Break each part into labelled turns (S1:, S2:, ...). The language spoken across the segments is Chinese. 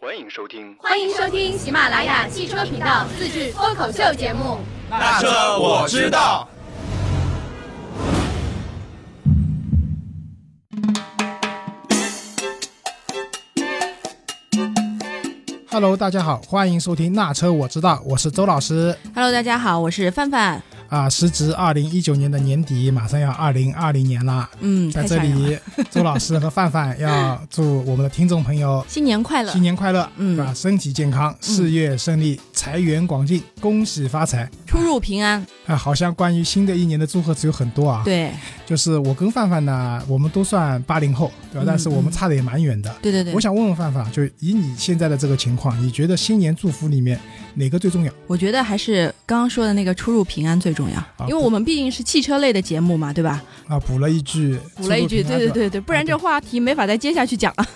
S1: 欢迎收听。
S2: 欢迎收听喜马拉雅汽车频道自制脱口秀节目。
S3: 那车我知道。
S4: Hello，大家好，欢迎收听《那车我知道》，我是周老师
S5: Hello，大家好，我是范范。
S4: 啊。时值二零一九年的年底，马上要二零二零年了，
S5: 嗯，
S4: 在
S5: 太
S4: 这
S5: 吓人了
S4: 里，周老师和范范要祝我们的听众朋友
S5: 新年快乐
S4: 新！年快乐，
S5: 嗯
S4: 啊，身体健康，事业顺利，财源广进，恭喜发财
S5: 出入平安。
S4: 啊！好像关于新的一年的祝贺词有很多啊。，
S5: 对，
S4: 就是我跟范范呢，我们都算八零后，对吧？
S5: 嗯
S4: 但是我们
S5: 嗯
S4: 差的也蛮远的。
S5: 对对对。
S4: 我，想问问范范，就以你现在的这个情况，你觉得新年祝福里面哪个最重要？
S5: 我觉得还是刚刚说的那个出入平安最重要，因为我们毕竟是汽车类的节目嘛，对吧？
S4: 啊，补了一句，
S5: 补了一句，
S4: 出入平安
S5: 对对
S4: 是吧
S5: 对对，不然这话题没法再接下去讲了。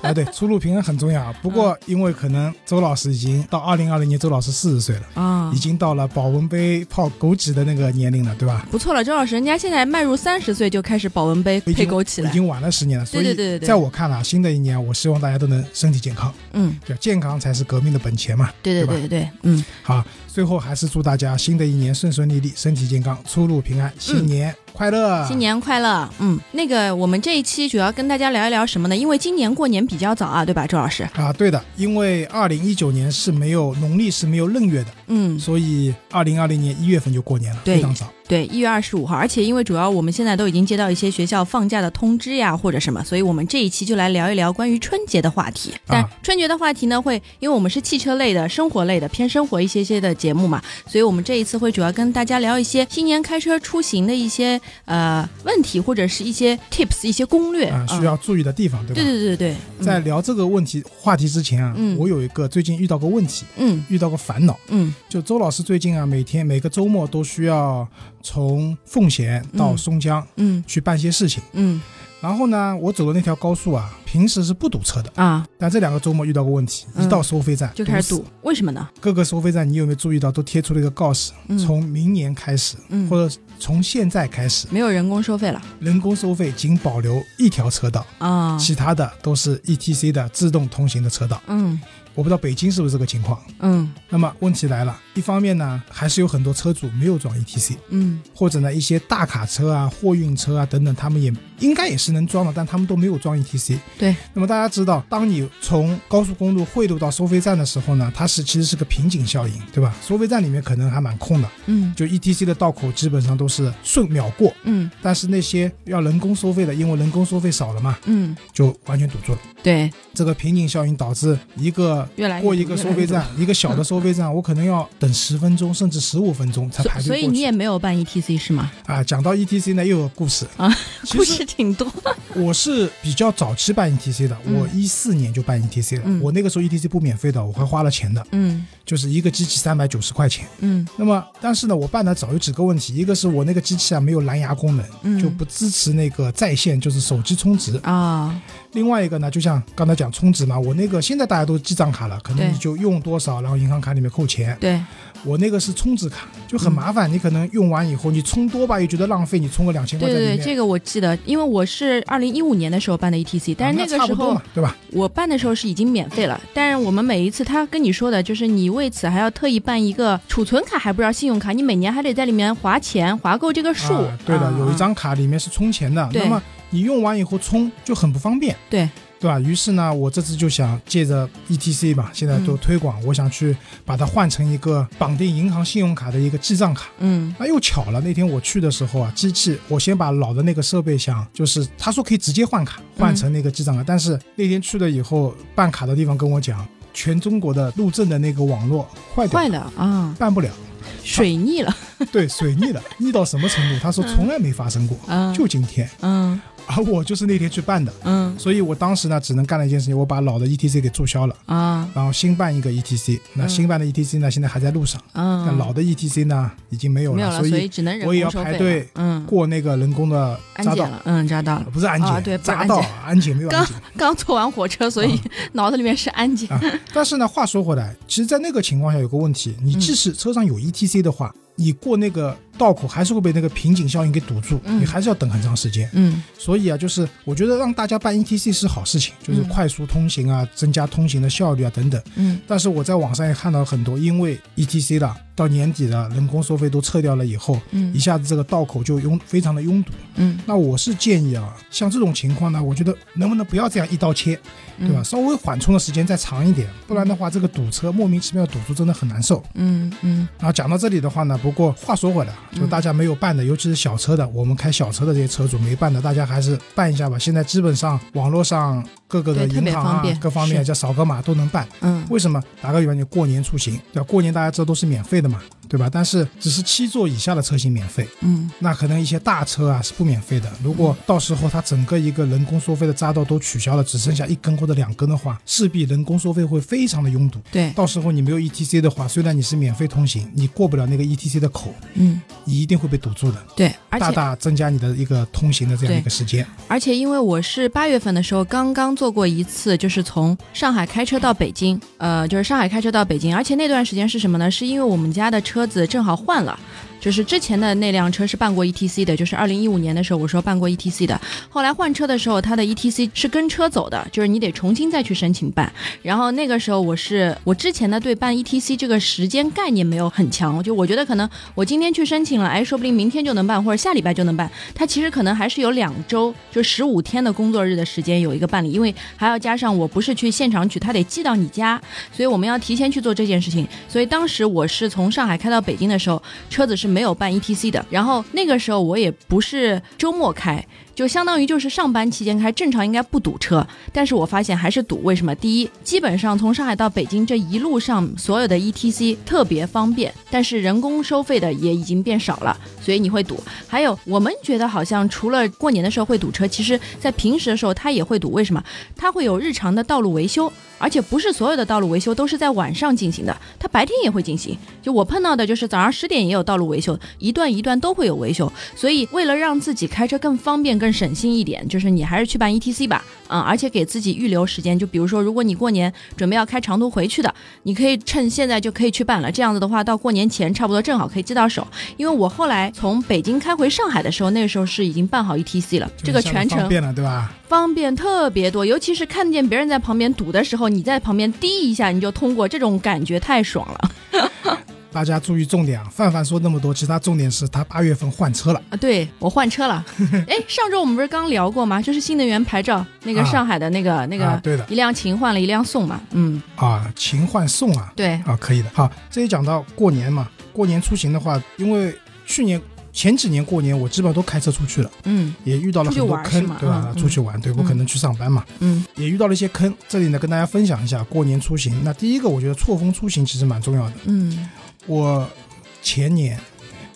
S4: 啊，对，出入平安很重要。啊不
S5: 嗯
S4: 过因为可能周老师已经到二零二零年，周老师四十岁了，
S5: 啊
S4: 已经到了保温杯泡枸杞的那个年龄了，对吧？
S5: 不错了，周老师，人家现在迈入三十岁就开始保温杯
S4: 我已
S5: 配
S4: 经
S5: 枸杞
S4: 我已
S5: 了。
S4: 经晚了十年了，所以
S5: 对对对对对
S4: 在我看来，新的一年我希望大家都能身体健康，
S5: 嗯，
S4: 对吧，健康才是革命的本钱嘛。
S5: 对对
S4: 对吧
S5: 对对对，嗯，
S4: 好，最后还是祝大家新的一年顺顺利利，身体健康，出入平安，新年快乐！
S5: 嗯新年快乐。嗯，那个我们这一期主要跟大家聊一聊什么呢？因为今年过年比较早啊，对吧，周老师？
S4: 啊，对的，因为二零一九年是没有农历是没有闰月的，
S5: 嗯，
S4: 所以二零二零年一月份就过年了，
S5: 对
S4: 非常早。
S5: 对，一月二十五号，而且因为主要我们现在都已经接到一些学校放假的通知呀，或者什么，所以我们这一期就来聊一聊关于春节的话题。但
S4: 啊
S5: 春节的话题呢，会因为我们是汽车类的、生活类的，偏生活一些些的节目嘛，所以我们这一次会主要跟大家聊一些新年开车出行的一些呃问题，或者是一些 tips、一些攻略
S4: 啊、需、要注意的地方，对吧？
S5: 嗯对对对对，嗯
S4: 在聊这个问题话题之前啊，
S5: 嗯
S4: 我有一个最近遇到个问题，
S5: 嗯
S4: 遇到个烦恼，
S5: 嗯
S4: 就周老师最近啊，每天每个周末都需要从奉贤到
S5: 嗯
S4: 松江
S5: 嗯
S4: 去办些事情。
S5: 嗯
S4: 然后呢，我走的那条高速啊，平时是不堵车的，
S5: 啊，
S4: 但这两个周末遇到个问题，
S5: 嗯
S4: 一到收费站
S5: 就开始
S4: 堵
S5: 堵
S4: 死，，
S5: 为什么呢？
S4: 各个收费站你有没有注意到都贴出了一个告示，
S5: 嗯
S4: 从明年开始
S5: 嗯，
S4: 或者从现在开始，
S5: 没有人工收费了
S4: 人工收费仅保留一条车道，
S5: 啊，
S4: 其他的都是 ETC 的自动通行的车道。
S5: 嗯
S4: 我不知道北京是不是这个情况。
S5: 嗯
S4: 那么问题来了，一方面呢，还是有很多车主没有装 ETC，
S5: 嗯
S4: 或者呢一些大卡车啊、货运车啊等等，他们也应该也是能装的，但他们都没有装 ETC。
S5: 对。
S4: 那么大家知道，当你从高速公路汇入到收费站的时候呢，它是其实是个瓶颈效应，对吧？收费站里面可能还蛮空的，
S5: 嗯
S4: 就 ETC 的道口基本上都是瞬秒过，
S5: 嗯
S4: 但是那些要人工收费的，因为人工收费少了嘛，
S5: 嗯，
S4: 就完全堵住了。
S5: 对，
S4: 这个瓶颈效应导致一个
S5: 越来越
S4: 过
S5: 堵
S4: 一个
S5: 越来
S4: 收
S5: 越
S4: 费
S5: 堵
S4: 站，一个小的收费站，我可能要等十分钟甚至十五分钟才
S5: 所
S4: 排
S5: 所
S4: 队
S5: 以
S4: 过
S5: 你
S4: 去
S5: 也没有办 ETC 是吗？
S4: 啊。讲到 ETC 呢，又有故事
S5: 啊，
S4: 其
S5: 故
S4: 实
S5: 事挺多。
S4: 我是比较早期办 ETC 的，
S5: 嗯
S4: 我一四年就办 ETC 了
S5: 嗯，
S4: 我那个时候 ETC 不免费的，我还花了钱的，
S5: 嗯
S4: 就是一个机器三百九十块钱。
S5: 嗯
S4: 那么，但是呢，我办的早有几个问题，一个是我那个机器啊没有蓝牙功能，
S5: 嗯
S4: 就不支持那个在线，就是手机充值。
S5: 啊，
S4: 另外一个呢，就像刚才讲充值嘛，我那个现在大家都记账卡了，可能
S5: 对
S4: 你就用多少，然后银行卡里面扣钱。
S5: 对，
S4: 我那个是充值卡，就很麻烦，你可能用完以后你充多吧，又觉得浪费，你充个两千块
S5: 对
S4: 在里
S5: 对
S4: 面。
S5: 对，这个我记得，因为我是二零一五年的时候办的 ETC，但是
S4: 啊
S5: 那个
S4: 差
S5: 时
S4: 不多
S5: 候
S4: 嘛，对吧？
S5: 我办的时候是已经免费了，但是我们每一次他跟你说的就是你为此还要特意办一个储存卡，还不知道信用卡，你每年还得在里面划钱，划够这个数
S4: 啊。对的，
S5: 啊
S4: 有一
S5: 啊
S4: 张卡里面是充钱的，
S5: 对
S4: 那么你用完以后充就很不方便，
S5: 对
S4: 对吧？于是呢，我这次就想借着 ETC 吧，现在做
S5: 嗯
S4: 推广，我想去把它换成一个绑定银行信用卡的一个记账卡。
S5: 嗯
S4: 哎那又巧了，那天我去的时候啊，机器我先把老的那个设备想，就是他说可以直接换卡，
S5: 嗯
S4: 换成那个记账卡，但是那天去了以后，办卡的地方跟我讲，全中国的路政的那个网络坏掉了。
S5: 坏了啊，
S4: 办不了，
S5: 水逆了
S4: 对，水逆了，逆到什么程度？他
S5: 嗯
S4: 说从来没发生过，
S5: 啊，
S4: 就今天，
S5: 嗯
S4: 而我就是那天去办的，
S5: 嗯
S4: 所以我当时呢只能干了一件事情，我把老的 ETC 给注销了，
S5: 啊
S4: 然后新办一个 ETC，那
S5: 嗯
S4: 新办的 ETC 呢现在还在路上，
S5: 嗯，
S4: 那老的 ETC 呢已经没有
S5: 没有
S4: 了，
S5: 了，
S4: 所
S5: 所
S4: 以
S5: 以只能人
S4: 我也要
S5: 工收
S4: 排
S5: 费
S4: 队
S5: 了嗯，
S4: 过那个人工的
S5: 安
S4: 匝
S5: 检
S4: 道，
S5: 了，嗯，抓到了。
S4: 不是安检，
S5: 啊对不是
S4: 匝
S5: 安
S4: 道
S5: 检
S4: 安检没有安检。
S5: 刚坐完火车，所以 脑子里面是安检。
S4: 嗯啊，但是呢，话
S5: 嗯
S4: E 说回来，其实，在那个情况下有个问题，你即使车上有 ETC 的话，你过那个道口还是会被那个瓶颈效应给堵住，
S5: 嗯
S4: 你还是要等很长时间。
S5: 嗯
S4: 所以啊，就是我觉得让大家办 ETC 是好事情，就是
S5: 嗯
S4: 快速通行啊，增加通行的效率啊等等。
S5: 嗯
S4: 但是我在网上也看到很多，因为 ETC 的到年底了，人工收费都撤掉了以后，
S5: 嗯
S4: 一下子这个道口就拥非常的拥堵。
S5: 嗯，
S4: 那我是建议啊，像这种情况呢，我觉得能不能不要这样一刀切，
S5: 嗯
S4: 对吧？稍微缓冲的时间再长一点，不然的话，这个堵车莫名其妙堵住真的很难受。
S5: 嗯嗯
S4: 然后讲到这里的话呢，不过话说回来啊，就大家没有办的，尤其是小车的，我们开小车的这些车主没办的，大家还是办一下吧。现在基本上网络上各个的
S5: 对特别
S4: 银行
S5: 方
S4: 啊
S5: 便，
S4: 各方面
S5: 是
S4: 叫扫个码都能办。
S5: 嗯
S4: 为什么？打个比方，你过年出行，对吧？过年大家知道都是免费的嘛，对吧？但是只是七座以下的车型免费，
S5: 嗯
S4: 那可能一些大车啊是不免费的。如果到时候它整个一个人工收费的匝道都取消了，只剩下一根或者两根的话，势必人工收费会非常的拥堵。
S5: 对
S4: 到时候你没有 ETC 的话，虽然你是免费通行，你过不了那个 ETC 的口，
S5: 嗯
S4: 你一定会被堵住的，
S5: 对，而
S4: 大
S5: 且
S4: 大增加你的一个通行的这样一个时间。
S5: 而且因为我是八月份的时候刚刚做过一次，就是从上海开车到北京，呃，就是上海开车到北京，而且那段时间是什么呢？是因为我们家的车子正好换了。就是之前的那辆车是办过 ETC 的，就是二零一五年的时候我说办过 ETC 的，后来换车的时候它的 ETC 是跟车走的，就是你得重新再去申请办。然后那个时候我是我之前呢对办 ETC 这个时间概念没有很强，就我觉得可能我今天去申请了，哎，说不定明天就能办，或者下礼拜就能办。它其实可能还是有两周，就十五天的工作日的时间有一个办理，因为还要加上我不是去现场取，它得寄到你家，所以我们要提前去做这件事情。所以当时我是从上海开到北京的时候，车子是没有办 ETC 的，然后那个时候我也不是周末开。就相当于就是上班期间开，正常应该不堵车，但是我发现还是堵。为什么？第一，基本上从上海到北京这一路上所有的 ETC 特别方便，但是人工收费的也已经变少了，所以你会堵。还有，我们觉得好像除了过年的时候会堵车，其实在平时的时候它也会堵。为什么？它会有日常的道路维修，而且不是所有的道路维修都是在晚上进行的，它白天也会进行。就我碰到的就是早上十点也有道路维修，一段一段都会有维修。所以为了让自己开车更方便、更省心一点，就是你还是去办 ETC 吧，嗯，而且给自己预留时间。就比如说，如果你过年准备要开长途回去的，你可以趁现在就可以去办了。这样子的话，到过年前差不多正好可以寄到手。因为我后来从北京开回上海的时候，那个时候是已经办好 ETC 了，这个
S4: 就是相当
S5: 全程
S4: 方便了，对吧？
S5: 方便特别多，尤其是看见别人在旁边堵的时候，你在旁边滴一下你就通过，这种感觉太爽了
S4: 大家注意重点啊！范范说那么多，其实他重点是他八月份换车了。
S5: 啊！对我换车了， 哎，上周我们不是刚聊过吗？就是新能源牌照，那个
S4: 啊
S5: 上海的那个、那个、
S4: 啊对的
S5: 一辆秦换了一辆宋嘛，嗯，
S4: 啊，勤换送啊，
S5: 对，
S4: 啊，可以的。好，这里讲到过年嘛，过年出行的话，因为去年前几年过年我基本上都开车出去了，
S5: 嗯
S4: 也遇到了
S5: 出去
S4: 很多
S5: 玩是
S4: 坑
S5: 吗，
S4: 对吧？
S5: 嗯嗯
S4: 出去玩，对，不可能去上班嘛，
S5: 嗯
S4: 也遇到了一些坑。这里呢，跟大家分享一下过年出行。那第一个，我觉得错峰出行其实蛮重要的。
S5: 嗯
S4: 我前年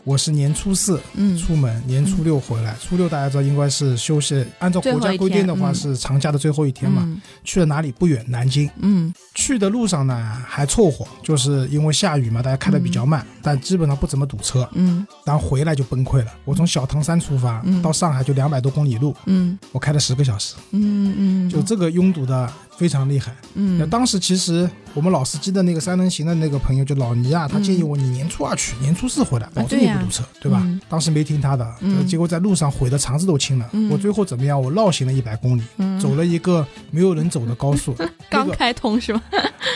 S4: 我是年初四
S5: 嗯
S4: 出门，年初六回来。初六大家知道应该是休息，按照
S5: 最
S4: 国
S5: 后
S4: 家
S5: 一
S4: 规定
S5: 天
S4: 的话
S5: 嗯
S4: 是长假的最后一天嘛。
S5: 嗯
S4: 去了哪里不远，南京。
S5: 嗯
S4: 去的路上呢还凑合，就是因为下雨嘛，大家开的比较慢，但基本上不怎么堵车。
S5: 嗯
S4: 然后回来就崩溃了。我从小唐山出发、
S5: 嗯
S4: 到上海就两百多公里路，
S5: 嗯
S4: 我开了十个小时，
S5: 嗯嗯，
S4: 就这个拥堵的非常厉害。那、
S5: 嗯
S4: 当时其实我们老司机的那个三人行的那个朋友就老倪啊，他建议我你年初二去，年初四回来，保证你
S5: 嗯啊对呀
S4: 不堵车，对吧？
S5: 嗯
S4: 当时没听他的，
S5: 嗯
S4: 结果在路上毁的肠子都青了。
S5: 嗯
S4: 我最后怎么样？我绕行了一百公里，走了一个没有人走的高速。那
S5: 刚
S4: 个
S5: 开通是吧？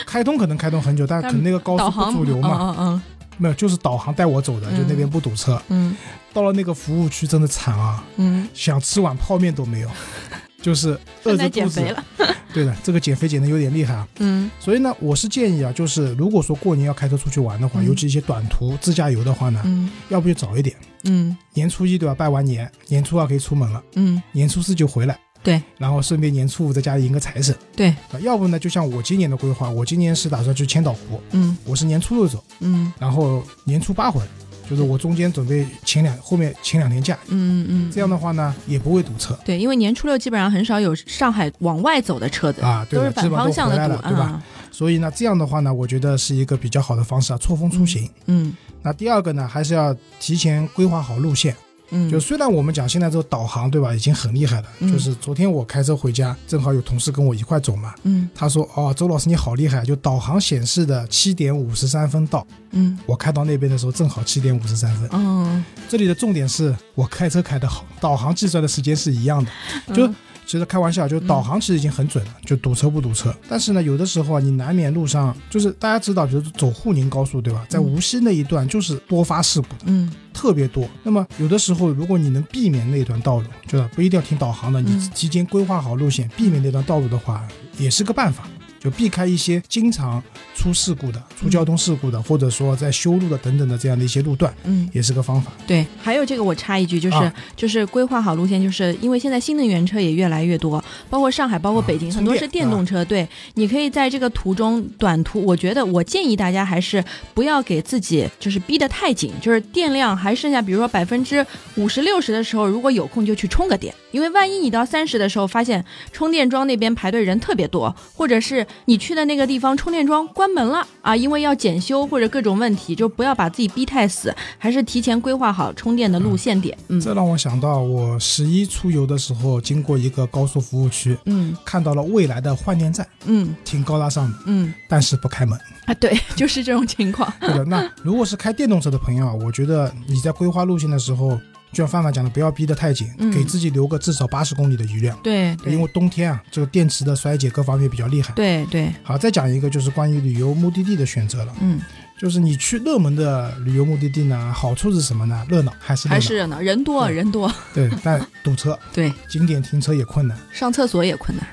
S4: 开通可能开通很久，但
S5: 但
S4: 可能那个高
S5: 导
S4: 速不
S5: 航
S4: 主流嘛，
S5: 嗯嗯
S4: 没有，就是导航带我走的，就那边不堵车。
S5: 嗯
S4: 到了那个服务区真的惨啊，
S5: 嗯，
S4: 想吃碗泡面都没有，就是饿 着
S5: 正
S4: 肚
S5: 在减肥
S4: 子。
S5: 了，
S4: 对的，这个减肥减的有点厉害啊。
S5: 嗯
S4: 所以呢，我是建议啊，就是如果说过年要开车出去玩的话，
S5: 嗯
S4: 尤其一些短途自驾游的话呢，
S5: 嗯
S4: 要不就早一点，
S5: 嗯
S4: 年初一对吧？拜完年，年初二可以出门了，
S5: 嗯，
S4: 年初四就回来。
S5: 对，
S4: 然后顺便年初五在家里迎个财神。
S5: 对，
S4: 啊要不呢，就像我今年的规划，我今年是打算去千岛湖，
S5: 嗯
S4: 我是年初六走。
S5: 嗯
S4: 然后年初八回来，就是我中间准备请两后面请两天假，
S5: 嗯嗯，
S4: 这样的话呢也不会堵车
S5: 对，因为年初六基本上很少有上海往外走的车子，
S4: 啊，对
S5: 都
S4: 的，
S5: 是
S4: 基
S5: 反
S4: 本上都
S5: 方向
S4: 回来
S5: 的
S4: 了，
S5: 堵
S4: 对吧？
S5: 啊。
S4: 所以呢，这样的话呢，我觉得是一个比较好的方式啊，错峰出行。
S5: 嗯
S4: 那第二个呢，还是要提前规划好路线。
S5: 嗯，
S4: 就虽然我们讲现在这个导航对吧，已经很厉害了，
S5: 嗯
S4: 就是昨天我开车回家，正好有同事跟我一块走嘛，
S5: 嗯
S4: 他说哦，周老师你好厉害，就导航显示的七点五十三分到，
S5: 嗯
S4: 我开到那边的时候正好七点五十三分。
S5: 嗯
S4: 这里的重点是我开车开得好，导航计算的时间是一样的，
S5: 嗯
S4: 就。其实开玩笑，就是导航其实已经很准了，就堵车不堵车。但是呢，有的时候啊，你难免路上就是大家知道，比如说走沪宁高速，对吧？在无锡那一段就是多发事故的，
S5: 嗯
S4: 特别多。那么有的时候，如果你能避免那段道路，就是不一定要听导航的，你
S5: 嗯
S4: 提前规划好路线，避免那段道路的话，也是个办法。就避开一些经常出事故的、出交通事故的，或者说在修路的等等的这样的一些路段，
S5: 嗯，
S4: 也是个方法。
S5: 对，还有这个我插一句，就是、
S4: 啊
S5: 就是规划好路线，就是因为现在新能源车也越来越多，包括上海，包括北京，
S4: 啊
S5: 很多
S4: 充
S5: 是
S4: 电
S5: 电动
S4: 啊
S5: 车。对，你可以在这个途中短途，我觉得我建议大家还是不要给自己就是逼得太紧，就是电量还剩下，比如说百分之五十六十的时候，如果有空就去充个电，因为万一你到三十的时候发现充电桩那边排队人特别多，或者是你去的那个地方充电桩关门了啊，因为要检修或者各种问题，就不要把自己逼太死，还是提前规划好充电的路线点。嗯
S4: 这让我想到，我十一出游的时候，经过一个高速服务区，
S5: 嗯
S4: 看到了未来的换电站，
S5: 嗯
S4: 挺高大上的，
S5: 嗯
S4: 但是不开门。
S5: 啊， 对，就是这种情况。
S4: 对的，那如果是开电动车的朋友啊，我觉得你在规划路线的时候，就像范范讲的，不要逼得太紧，
S5: 嗯
S4: 给自己留个至少八十公里的余量，
S5: 对
S4: 因为冬天啊，这个电池的衰竭各方面比较厉害。
S5: 对对，
S4: 好，再讲一个就是关于旅游目的地的选择了，
S5: 嗯，
S4: 就是你去热门的旅游目的地呢，好处是什么呢？热闹还是热
S5: 还
S4: 闹？
S5: 是热闹，人多
S4: 对
S5: 人多，
S4: 对，但堵车，
S5: 嗯对，
S4: 景点停车也困难。
S5: 上厕所也困难。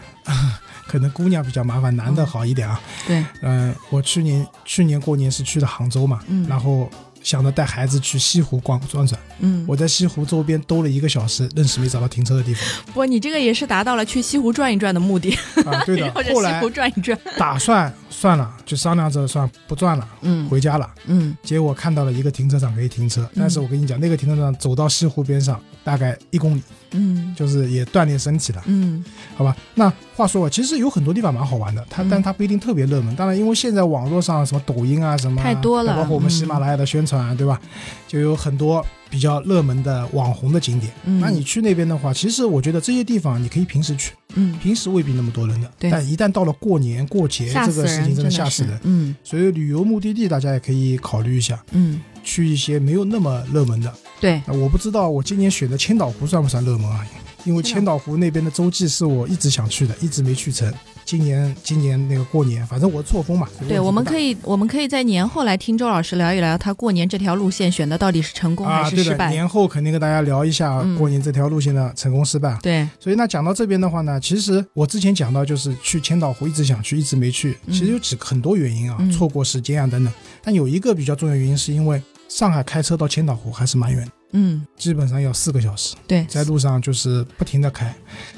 S4: 可能姑娘比较麻烦，男的好一点啊。
S5: 对，
S4: 嗯、我去年去年过年是去的杭州嘛，
S5: 嗯
S4: 然后想着带孩子去西湖逛转转，
S5: 嗯，
S4: 我在西湖周边兜了一个小时，愣是没找到停车的地 方
S5: 不，你这个也是达到了去西湖转一转的目的，
S4: 啊。对 的
S5: 或，者
S4: 后
S5: 西
S4: 来
S5: 湖转一转。
S4: 打算算了，就商量着算不转了，
S5: 嗯
S4: 回家了。
S5: 嗯
S4: 结果看到了一个停车场可以停车，但是我跟你讲，那个停车场走到西湖边上大概一公里，
S5: 嗯
S4: 就是也锻炼身体了。
S5: 嗯
S4: 好吧，那话说啊，其实有很多地方蛮好玩的，它
S5: 嗯
S4: 但它不一定特别热门。当然，因为现在网络上什么抖音啊什么啊
S5: 太多了
S4: 包括我们喜马拉雅的宣传啊，对吧？就有很多比较热门的网红的景点。
S5: 嗯
S4: 那你去那边的话，其实我觉得这些地方你可以平时去，
S5: 嗯，
S4: 平时未必那么多人的。
S5: 对
S4: 但一旦到了过年过节
S5: 吓
S4: 这
S5: 死
S4: 个事
S5: 人，
S4: 情，真
S5: 真的
S4: 的吓死
S5: 是
S4: 人。
S5: 嗯
S4: 所以旅游目的地大家也可以考虑一下，
S5: 嗯，
S4: 去一些没有那么热门的。
S5: 对，
S4: 那我不知道我今年选的千岛湖算不算热门啊？因为千岛湖那边的洲际是我一直想去的，一直没去成。今年今年那个过年，反正我错峰嘛。所以
S5: 对，
S4: 问题不大
S5: 我们可以，我们可以在年后来听周老师聊一聊他过年这条路线选的到底是成功还
S4: 啊，
S5: 是
S4: 对
S5: 失
S4: 的，
S5: 败。
S4: 年后肯定跟大家聊一下
S5: 嗯
S4: 过年这条路线的成功失败啊。
S5: 对，
S4: 所以那讲到这边的话呢，其实我之前讲到就是去千岛湖一直想去，一直没去，
S5: 嗯
S4: 其实有几很多原因啊，
S5: 嗯
S4: 错过时间啊等等。但有一个比较重要的原因是因为上海开车到千岛湖还是蛮远的，
S5: 嗯，
S4: 基本上要四个小时。
S5: 对，
S4: 在路上就是不停的开。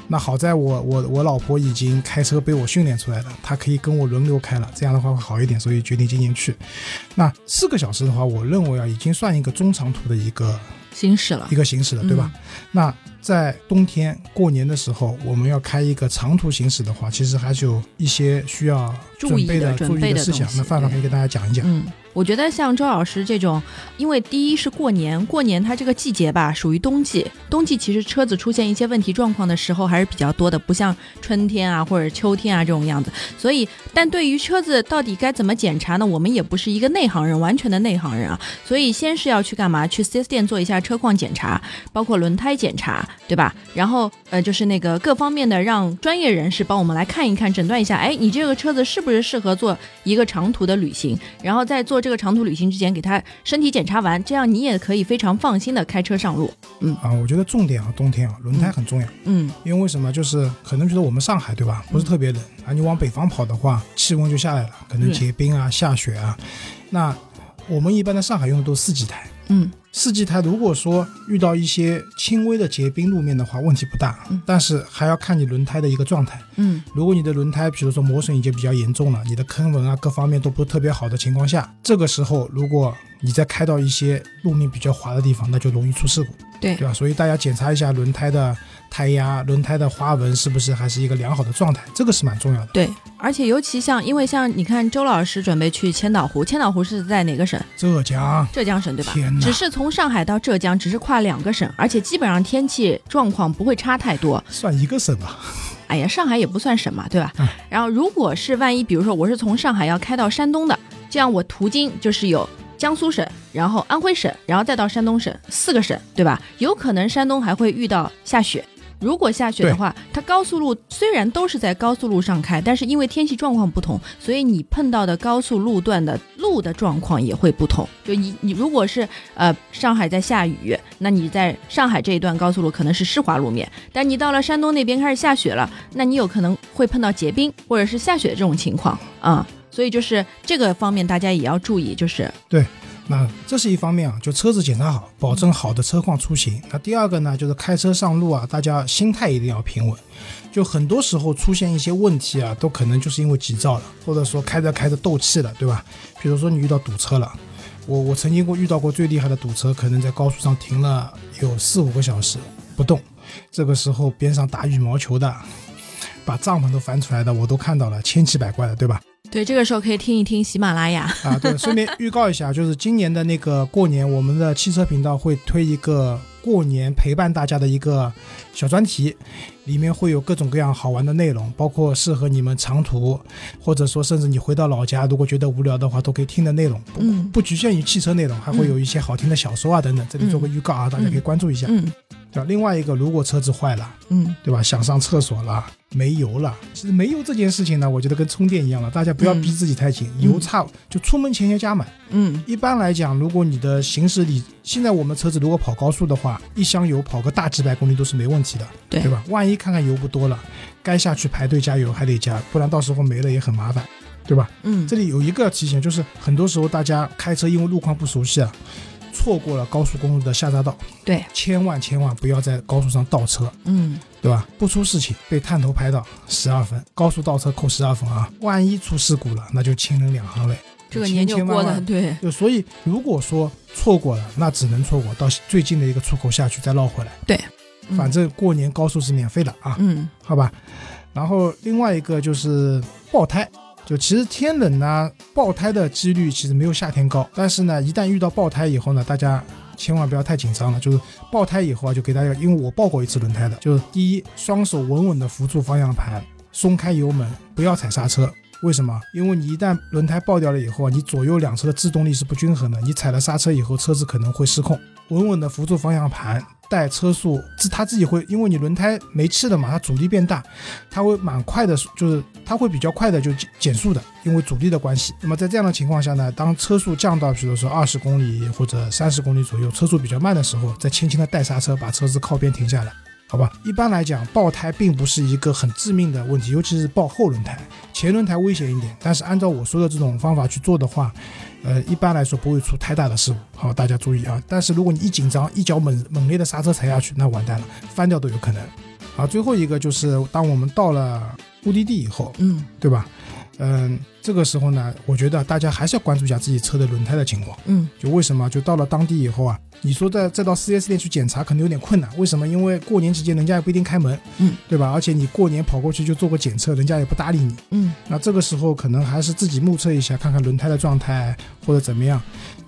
S4: 那好在我我我老婆已经开车被我训练出来了，她可以跟我轮流开了，这样的话会好一点，所以决定今年去。那四个小时的话，我认为啊，已经算一个中长途的一个
S5: 行驶了
S4: 一。个行驶了，对吧？
S5: 嗯
S4: 那在冬天过年的时候，我们要开一个长途行驶的话，其实还是有一些需要
S5: 注
S4: 准
S5: 意
S4: 备
S5: 的
S4: 的
S5: 准
S4: 注意
S5: 备
S4: 的
S5: 的
S4: 事
S5: 东
S4: 项
S5: 西。
S4: 那范范
S5: 对
S4: 可以跟大家讲一讲。
S5: 嗯，我觉得像周老师这种，因为第一是过年，过年它这个季节吧，属于冬季，冬季其实车子出现一些问题状况的时候还是比较多的，不像春天啊或者秋天啊这种样子。所以，但对于车子到底该怎么检查呢？我们也不是一个内行人，完全的内行人啊。所以先是要去干嘛？去 4S 店做一下车况检查，包括轮胎检查，对吧？然后呃，就是那个各方面的，让专业人士帮我们来看一看，诊断一下，哎，你这个车子是不是适合做一个长途的旅行？然后在做这个长途旅行之前，给他身体检查完，这样你也可以非常放心的开车上路。
S4: 啊，我觉得重点啊，冬天啊，轮胎很重要。
S5: 嗯
S4: 因为为什么？就是可能觉得我们上海对吧，不是特别冷啊，你往北方跑的话，气温就下来了，可能
S5: 嗯
S4: 结冰啊、下雪啊。那我们一般在上海用的都是四季胎，
S5: 嗯
S4: 四季胎如果说遇到一些轻微的结冰路面的话，问题不大
S5: 嗯，
S4: 但是还要看你轮胎的一个状态。
S5: 嗯
S4: 如果你的轮胎，比如说磨损已经比较严重了，你的坑纹啊各方面都不是特别好的情况下，这个时候如果你再开到一些路面比较滑的地方，那就容易出事故，
S5: 对
S4: 对吧？所以大家检查一下轮胎的胎压、轮胎的花纹是不是还是一个良好的状态，这个是蛮重要的。
S5: 对，而且尤其像，因为像你看，周老师准备去千岛湖，千岛湖是在哪个省？
S4: 浙江，
S5: 浙江省对吧
S4: 天？哪
S5: 只是从上海到浙江，只是跨两个省，而且基本上天气状况不会差太多。
S4: 算一个省吧，
S5: 哎呀，上海也不算什么，对吧？
S4: 嗯
S5: 然后如果是万一，比如说我是从上海要开到山东的，这样我途经就是有江苏省，然后安徽省，然后再到山东省，四个省，对吧？有可能山东还会遇到下雪。如果下雪的话，它高速路虽然都是在高速路上开，但是因为天气状况不同，所以你碰到的高速路段的路的状况也会不同。就你你如果是呃上海在下雨，那你在上海这一段高速路可能是湿滑路面，但你到了山东那边开始下雪了，那你有可能会碰到结冰或者是下雪这种情况啊、所以就是这个方面大家也要注意，就是
S4: 那这是一方面啊，就车子检查好，保证好的车况出行。那第二个呢，就是开车上路啊，大家心态一定要平稳。就很多时候出现一些问题啊，都可能就是因为急躁了，或者说开着开着斗气了，对吧？比如说你遇到堵车了，我我曾经过遇到过最厉害的堵车，可能在高速上停了有四五个小时不动，这个时候边上打羽毛球的，把帐篷都翻出来的，我都看到了，千奇百怪的，对吧？
S5: 对这个时候可以听一听喜马拉雅，
S4: 啊，对，顺便预告一下，就是今年的那个过年，我们的汽车频道会推一个过年陪伴大家的一个小专题，里面会有各种各样好玩的内容，包括适合你们长途，或者说甚至你回到老家，如果觉得无聊的话，都可以听的内容，不
S5: 嗯
S4: 不局限于汽车内容，还会有一些好听的小说啊等等，这里做个预告啊，大家可以关注一下，
S5: 嗯
S4: 对吧？另外一个，如果车子坏了。
S5: 嗯，
S4: 对吧？想上厕所了，没油了。其实没油这件事情呢，我觉得跟充电一样了，大家不要
S5: 嗯
S4: 逼自己太紧，油差就出门前要加满。
S5: 嗯
S4: 一般来讲，如果你的行驶里，现在我们车子如果跑高速的话，一箱油跑个大几百公里都是没问题的，
S5: 对
S4: 吧？万一看看油不多了，该下去排队加油还得加，不然到时候没了也很麻烦，对吧？
S5: 嗯
S4: 这里有一个提醒，就是很多时候大家开车因为路况不熟悉啊，错过了高速公路的下匝道，
S5: 对，
S4: 千万千万不要在高速上倒车，
S5: 嗯
S4: 对吧？不出事情被探头拍到十二分，高速倒车扣十二分啊！万一出事故了，那就亲人两行泪。
S5: 这个年就
S4: 千千
S5: 过
S4: 万
S5: 了，
S4: 万
S5: 对，
S4: 就所以，如果说错过了，那只能错过到最近的一个出口下去再绕回来。
S5: 嗯
S4: 反正过年高速是免费的啊，
S5: 嗯
S4: 好吧？然后另外一个就是爆胎，就其实天冷呢，爆胎的几率其实没有夏天高，但是呢，一旦遇到爆胎以后呢，大家。千万不要太紧张了，就是爆胎以后啊，就给大家，因为我爆过一次轮胎的，就是第一，双手稳稳的扶住方向盘，松开油门，不要踩刹车。为什么？因为你一旦轮胎爆掉了以后啊，你左右两侧的制动力是不均衡的，你踩了刹车以后，车子可能会失控。稳稳的扶住方向盘，带车速，自它自己会，因为你轮胎没气了嘛，它阻力变大，它会蛮快的，就是它会比较快的就减减速的，因为阻力的关系。那么在这样的情况下呢，当车速降到比如说二十公里或者三十公里左右，车速比较慢的时候，再轻轻的带刹车，把车子靠边停下来。好吧，一般来讲，爆胎并不是一个很致命的问题，尤其是爆后轮胎，前轮胎危险一点。但是按照我说的这种方法去做的话，呃，一般来说不会出太大的事故。好，大家注意啊！但是如果你一紧张，一脚猛猛烈的刹车踩下去，那完蛋了，翻掉都有可能。好，最后一个就是当我们到了目的地以后，
S5: 嗯
S4: 对吧？嗯，这个时候呢，我觉得大家还是要关注一下自己车的轮胎的情况。
S5: 嗯
S4: 就为什么？就到了当地以后啊，你说在再到 4S 店去检查可能有点困难，为什么？因为过年期间人家也不一定开门，
S5: 嗯，
S4: 对吧？而且你过年跑过去就做个检测，人家也不搭理你，
S5: 嗯
S4: 那这个时候可能还是自己目测一下，看看轮胎的状态或者怎么样。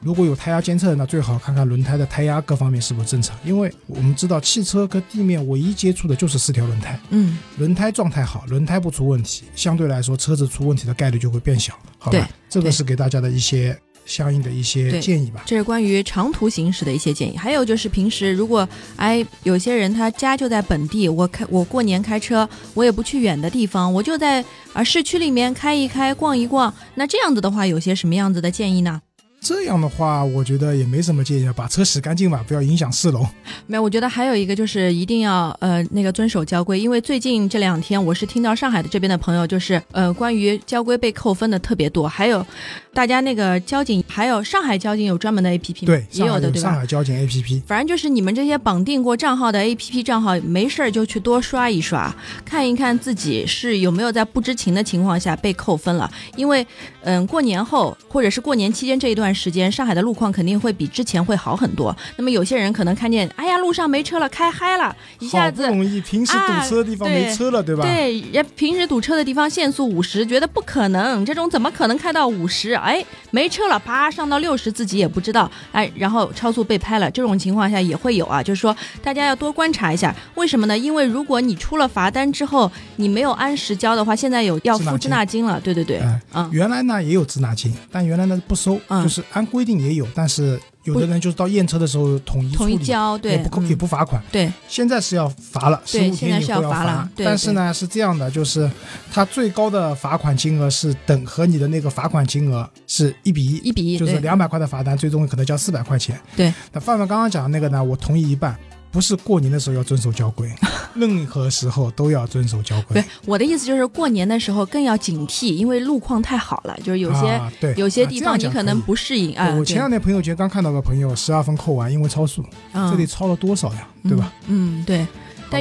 S4: 如果有胎压监测，那最好看看轮胎的胎压各方面是否正常，因为我们知道汽车跟地面唯一接触的就是四条轮胎，
S5: 嗯
S4: 轮胎状态好，轮胎不出问题，相对来说车子出问题的概率就会变小，好
S5: 对
S4: 吧？这个
S5: 对
S4: 是给大家的一些相应的一些
S5: 对
S4: 建议吧。
S5: 这是关于长途行驶的一些建议，还有就是平时如果哎有些人他家就在本地，我开我过年开车，我也不去远的地方，我就在啊市区里面开一开、逛一逛。那这样子的话，有些什么样子的建议呢？
S4: 这样的话，我觉得也没什么建议啊，把车洗干净吧，不要影响市容。
S5: 没有，我觉得还有一个就是一定要呃那个遵守交规，因为最近这两天我是听到上海的这边的朋友就是呃关于交规被扣分的特别多，还有大家那个交警还有上海交警有专门的 APP，
S4: 对，
S5: 也有
S4: 上
S5: 的
S4: 海
S5: 对
S4: 上
S5: 吧？
S4: 海交警 APP，
S5: 反正就是你们这些绑定过账号的 APP 账号，没事儿就去多刷一刷，看一看自己是有没有在不知情的情况下被扣分了。因为，嗯，过年后或者是过年期间这一段时间，上海的路况肯定会比之前会好很多。那么有些人可能看见，哎呀，路上没车了，开嗨了，一下
S4: 好
S5: 子
S4: 不容易平时堵车的地方
S5: 啊
S4: 没
S5: 对
S4: 车了，对吧？
S5: 对，人平时堵车的地方限速五十，觉得不可能，这种怎么可能开到五十？哎，没车了，啪上到六十，自己也不知道，哎，然后超速被拍了，这种情况下也会有啊。就是说，大家要多观察一下，为什么呢？因为如果你出了罚单之后，你没有按时交的话，现在有要
S4: 滞纳
S5: 付滞
S4: 金
S5: 纳金了。对对对，
S4: 哎
S5: 嗯，
S4: 原来呢也有滞纳金，但原来呢不收，
S5: 嗯
S4: 就是按规定也有，但是有的人就是到验车的时候统一处
S5: 统
S4: 理，
S5: 一交，对
S4: 也不扣、哎
S5: 嗯
S4: 也不罚款。
S5: 对，
S4: 现在是要罚了，十
S5: 对
S4: 五
S5: 现
S4: 天
S5: 在
S4: 以
S5: 是
S4: 后
S5: 要罚
S4: 罚
S5: 了对
S4: 但是呢是这样的，就是它最高的罚款金额是等和你的那个罚款金额是一比一。
S5: 一比一，
S4: 就是
S5: 对
S4: 两百块的罚单，最终可能交四百块钱。
S5: 对，
S4: 那范范刚刚讲的那个呢，我同意一半，不是过年的时候要遵守交 规，任何时候都要遵守交
S5: 不
S4: 规
S5: 是。我的意思，就是过年的时候更要警惕，因为路况太好了，就是有些、
S4: 啊对
S5: 有些
S4: 啊
S5: 地
S4: 这样
S5: 方你
S4: 讲
S5: 可
S4: 以
S5: 能不适应啊。
S4: 我
S5: 对
S4: 前两天朋友圈刚看到个朋友十二分扣完，因为超速，这里超了多少呀？对吧？
S5: 嗯？嗯，对。但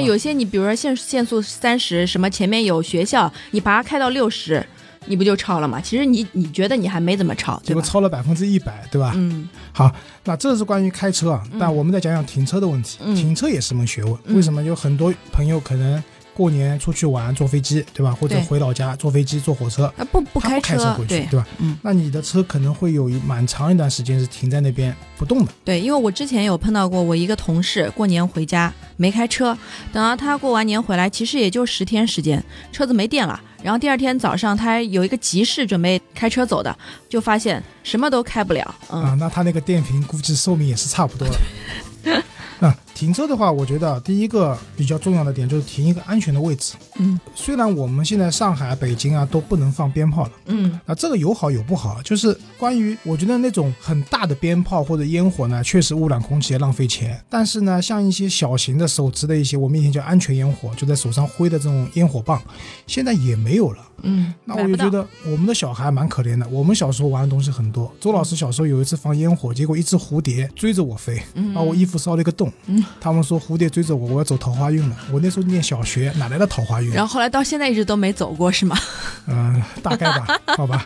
S4: 吧
S5: 有些你比如说限限速三十，什么前面有学校，你把它开到六十，你不就超了吗？其实你你觉得你还没怎么超，
S4: 结
S5: 对
S4: 果
S5: 吧？
S4: 超了百分之一百，对吧？
S5: 嗯
S4: 好，那这是关于开车啊，但我们再讲讲停车的问题。
S5: 嗯
S4: 停车也是门学问，
S5: 嗯
S4: 为什么有很多朋友可能过年出去玩坐飞机，对吧？或者
S5: 对
S4: 回老家坐飞机坐火车，
S5: 啊不不
S4: 他不开
S5: 车，
S4: 车回去，
S5: 对
S4: 对吧？
S5: 嗯
S4: 那你的车可能会有一蛮长一段时间是停在那边不动的，
S5: 对，因为我之前有碰到过我一个同事过年回家没开车，等到他过完年回来，其实也就十天时间，车子没电了。然后第二天早上他有一个急事，准备开车走的，就发现什么都开不了。嗯，
S4: 啊，那它那个电瓶估计寿命也是差不多 了。那停车的话，我觉得啊第一个比较重要的点就是停一个安全的位置。
S5: 嗯，
S4: 虽然我们现在上海、北京啊都不能放鞭炮了，
S5: 嗯，
S4: 啊，这个有好有不好，就是关于我觉得那种很大的鞭炮或者烟火呢，确实污染空气也浪费钱。但是呢，像一些小型的手持的一些我们以前叫安全烟火，就在手上挥的这种烟火棒，现在也没有了。
S5: 嗯，
S4: 那
S5: 买
S4: 我
S5: 不
S4: 就觉
S5: 到
S4: 得我们的小孩蛮可怜的。我们小时候玩的东西很多。周老师小时候有一次放烟火，结果一只蝴蝶追着我飞，把我衣服烧了一个洞。他们说蝴蝶追着我，我要走桃花运了。我那时候念小学，哪来的桃花运？
S5: 然后后来到现在一直都没走过，是吗？
S4: 嗯、大概吧，好吧。